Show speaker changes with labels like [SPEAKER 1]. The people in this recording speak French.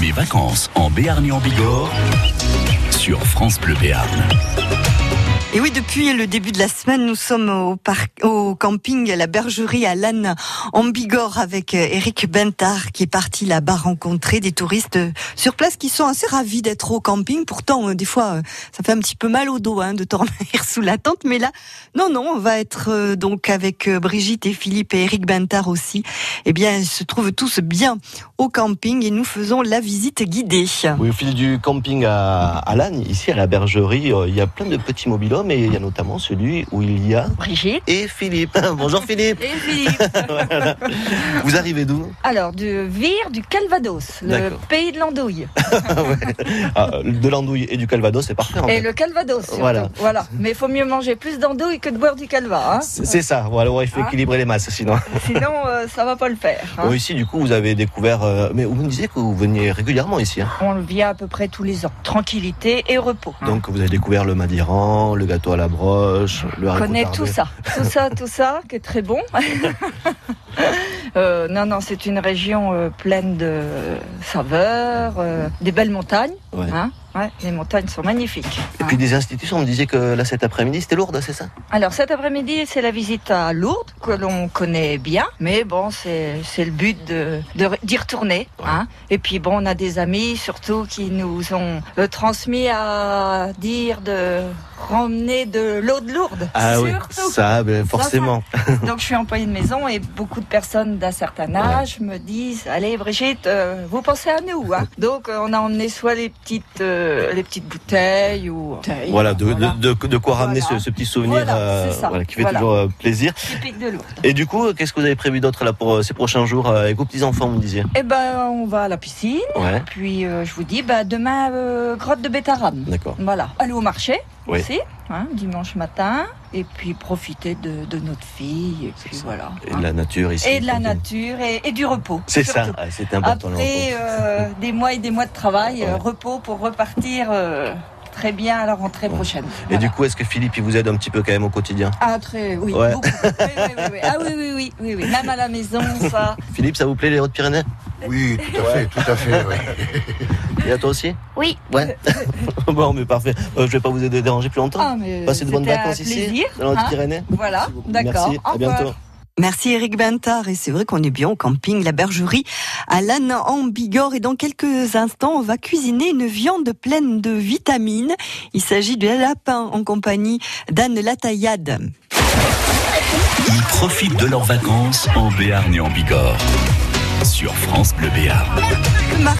[SPEAKER 1] Les vacances en Béarn et en Bigorre sur France Bleu Béarn.
[SPEAKER 2] Et oui, depuis le début de la semaine, nous sommes au, parc, au camping La Bergerie à Lannes, en Bigorre, avec Eric Bentard, qui est parti là-bas rencontrer des touristes sur place qui sont assez ravis d'être au camping. Pourtant, euh, des fois, euh, ça fait un petit peu mal au dos hein, de dormir sous la tente. Mais là, non, non, on va être euh, donc avec euh, Brigitte et Philippe et Eric Bentard aussi. Eh bien, ils se trouvent tous bien au camping et nous faisons la visite guidée.
[SPEAKER 3] Oui, au fil du camping à, à Lannes, ici à la bergerie, euh, il y a plein de petits mobilhommes et il y a notamment celui où il y a
[SPEAKER 4] Brigitte
[SPEAKER 3] et Philippe. Bonjour Philippe.
[SPEAKER 4] et Philippe.
[SPEAKER 3] Voilà. Vous arrivez d'où
[SPEAKER 4] Alors, du Vire du Calvados, le
[SPEAKER 3] D'accord.
[SPEAKER 4] pays de l'andouille.
[SPEAKER 3] Ah, De l'andouille et du calvados, c'est parfait. en
[SPEAKER 4] Et
[SPEAKER 3] fait.
[SPEAKER 4] le Calvados, surtout.
[SPEAKER 3] Voilà.
[SPEAKER 4] Voilà. Mais il faut mieux manger plus d'andouille que de boire du calva. hein.
[SPEAKER 3] C'est c'est ça, voilà, ouais, il faut
[SPEAKER 4] Ah.
[SPEAKER 3] équilibrer les masses sinon.
[SPEAKER 4] Sinon, euh, ça va pas le faire. hein.
[SPEAKER 3] Bon, ici, du coup, vous avez découvert. euh, mais vous me disiez que vous veniez régulièrement ici. hein.
[SPEAKER 4] On le vit à peu près tous les ans. Tranquillité et repos.
[SPEAKER 3] Donc, vous avez découvert le madiran, le gâteau à la broche, le
[SPEAKER 4] On
[SPEAKER 3] haricot
[SPEAKER 4] connaît
[SPEAKER 3] tardé.
[SPEAKER 4] tout ça. Tout ça, tout ça, qui est très bon. Euh, non, non, c'est une région euh, pleine de saveurs, euh, des belles montagnes.
[SPEAKER 3] Ouais.
[SPEAKER 4] hein. Ouais, les montagnes sont magnifiques.
[SPEAKER 3] Et puis des institutions, on me disait que là cet après-midi c'était lourde, c'est ça
[SPEAKER 4] Alors cet après-midi, c'est la visite à Lourdes que l'on connaît bien, mais bon, c'est c'est le but de de- d'y retourner.
[SPEAKER 3] Ouais.
[SPEAKER 4] hein. Et puis bon, on a des amis surtout qui nous ont euh, transmis à dire de ramener de l'eau de Lourdes.
[SPEAKER 3] Ah
[SPEAKER 4] surtout.
[SPEAKER 3] ça, ben, forcément.
[SPEAKER 4] Donc je suis employée de maison et beaucoup de personnes d'un certain âge me disent allez Brigitte, euh, vous pensez à nous. Hein Donc euh, on a emmené soit les petites euh, les petites bouteilles ou
[SPEAKER 3] Voilà, de,
[SPEAKER 4] Voilà.
[SPEAKER 3] de, de, de quoi ramener
[SPEAKER 4] Voilà.
[SPEAKER 3] ce, ce petit souvenir
[SPEAKER 4] Voilà,
[SPEAKER 3] euh,
[SPEAKER 4] c'est ça.
[SPEAKER 3] voilà, qui fait
[SPEAKER 4] Voilà.
[SPEAKER 3] toujours euh, plaisir.
[SPEAKER 4] typiques de Lourdes.
[SPEAKER 3] Et du coup, euh, qu'est-ce que vous avez prévu d'autre là pour euh, ces prochains jours euh, avec vos petits enfants, vous me disiez
[SPEAKER 4] Eh ben, on va à la piscine.
[SPEAKER 3] Ouais,
[SPEAKER 4] Puis euh, je vous dis, bah, demain, euh, grotte de Bétarame.
[SPEAKER 3] d'accord.
[SPEAKER 4] Voilà. Aller au marché
[SPEAKER 3] Oui.
[SPEAKER 4] aussi, hein, dimanche matin. Et puis profiter de, de notre fille. Et puis
[SPEAKER 3] ça.
[SPEAKER 4] voilà.
[SPEAKER 3] Et
[SPEAKER 4] hein.
[SPEAKER 3] de la nature ici.
[SPEAKER 4] Et de la
[SPEAKER 3] comme-
[SPEAKER 4] nature et, et du repos.
[SPEAKER 3] C'est ça,
[SPEAKER 4] surtout.
[SPEAKER 3] ah, c'est important. le
[SPEAKER 4] Après
[SPEAKER 3] repos.
[SPEAKER 4] euh, des mois et des mois de travail, euh,
[SPEAKER 3] Ouais.
[SPEAKER 4] repos pour repartir euh, très bien à la rentrée
[SPEAKER 3] Ouais.
[SPEAKER 4] prochaine.
[SPEAKER 3] Et
[SPEAKER 4] Voilà.
[SPEAKER 3] du coup, est-ce que Philippe, il vous aide un petit peu quand même au quotidien
[SPEAKER 4] Ah, très, oui,
[SPEAKER 3] Ouais.
[SPEAKER 4] beaucoup. Oui, oui, oui, oui. Ah oui, oui, oui, oui, oui. Même à la maison, ça.
[SPEAKER 3] Philippe, ça vous plaît les Hautes-Pyrénées
[SPEAKER 5] Oui, tout à fait, tout à fait. ouais.
[SPEAKER 3] Et à toi aussi
[SPEAKER 6] Oui.
[SPEAKER 3] Ouais. bon, mais parfait. Euh, je vais pas vous aider- déranger plus longtemps.
[SPEAKER 4] Ah, mais
[SPEAKER 3] Passez de bonnes
[SPEAKER 4] c'était un
[SPEAKER 3] vacances ici,
[SPEAKER 4] plaisir,
[SPEAKER 3] dans les
[SPEAKER 4] hein.
[SPEAKER 3] Hautes-Pyrénées.
[SPEAKER 4] Voilà, d'accord.
[SPEAKER 3] Merci,
[SPEAKER 4] Au
[SPEAKER 3] à
[SPEAKER 4] revoir.
[SPEAKER 3] bientôt.
[SPEAKER 2] Merci Eric Bentard et c'est vrai qu'on est bien au camping La Bergerie à Lannes en Bigorre et dans quelques instants on va cuisiner une viande pleine de vitamines. Il s'agit de lapin en compagnie d'Anne Lataillade.
[SPEAKER 1] Ils profitent de leurs vacances en Béarn et en Bigorre sur France Bleu Béarn.
[SPEAKER 2] Marc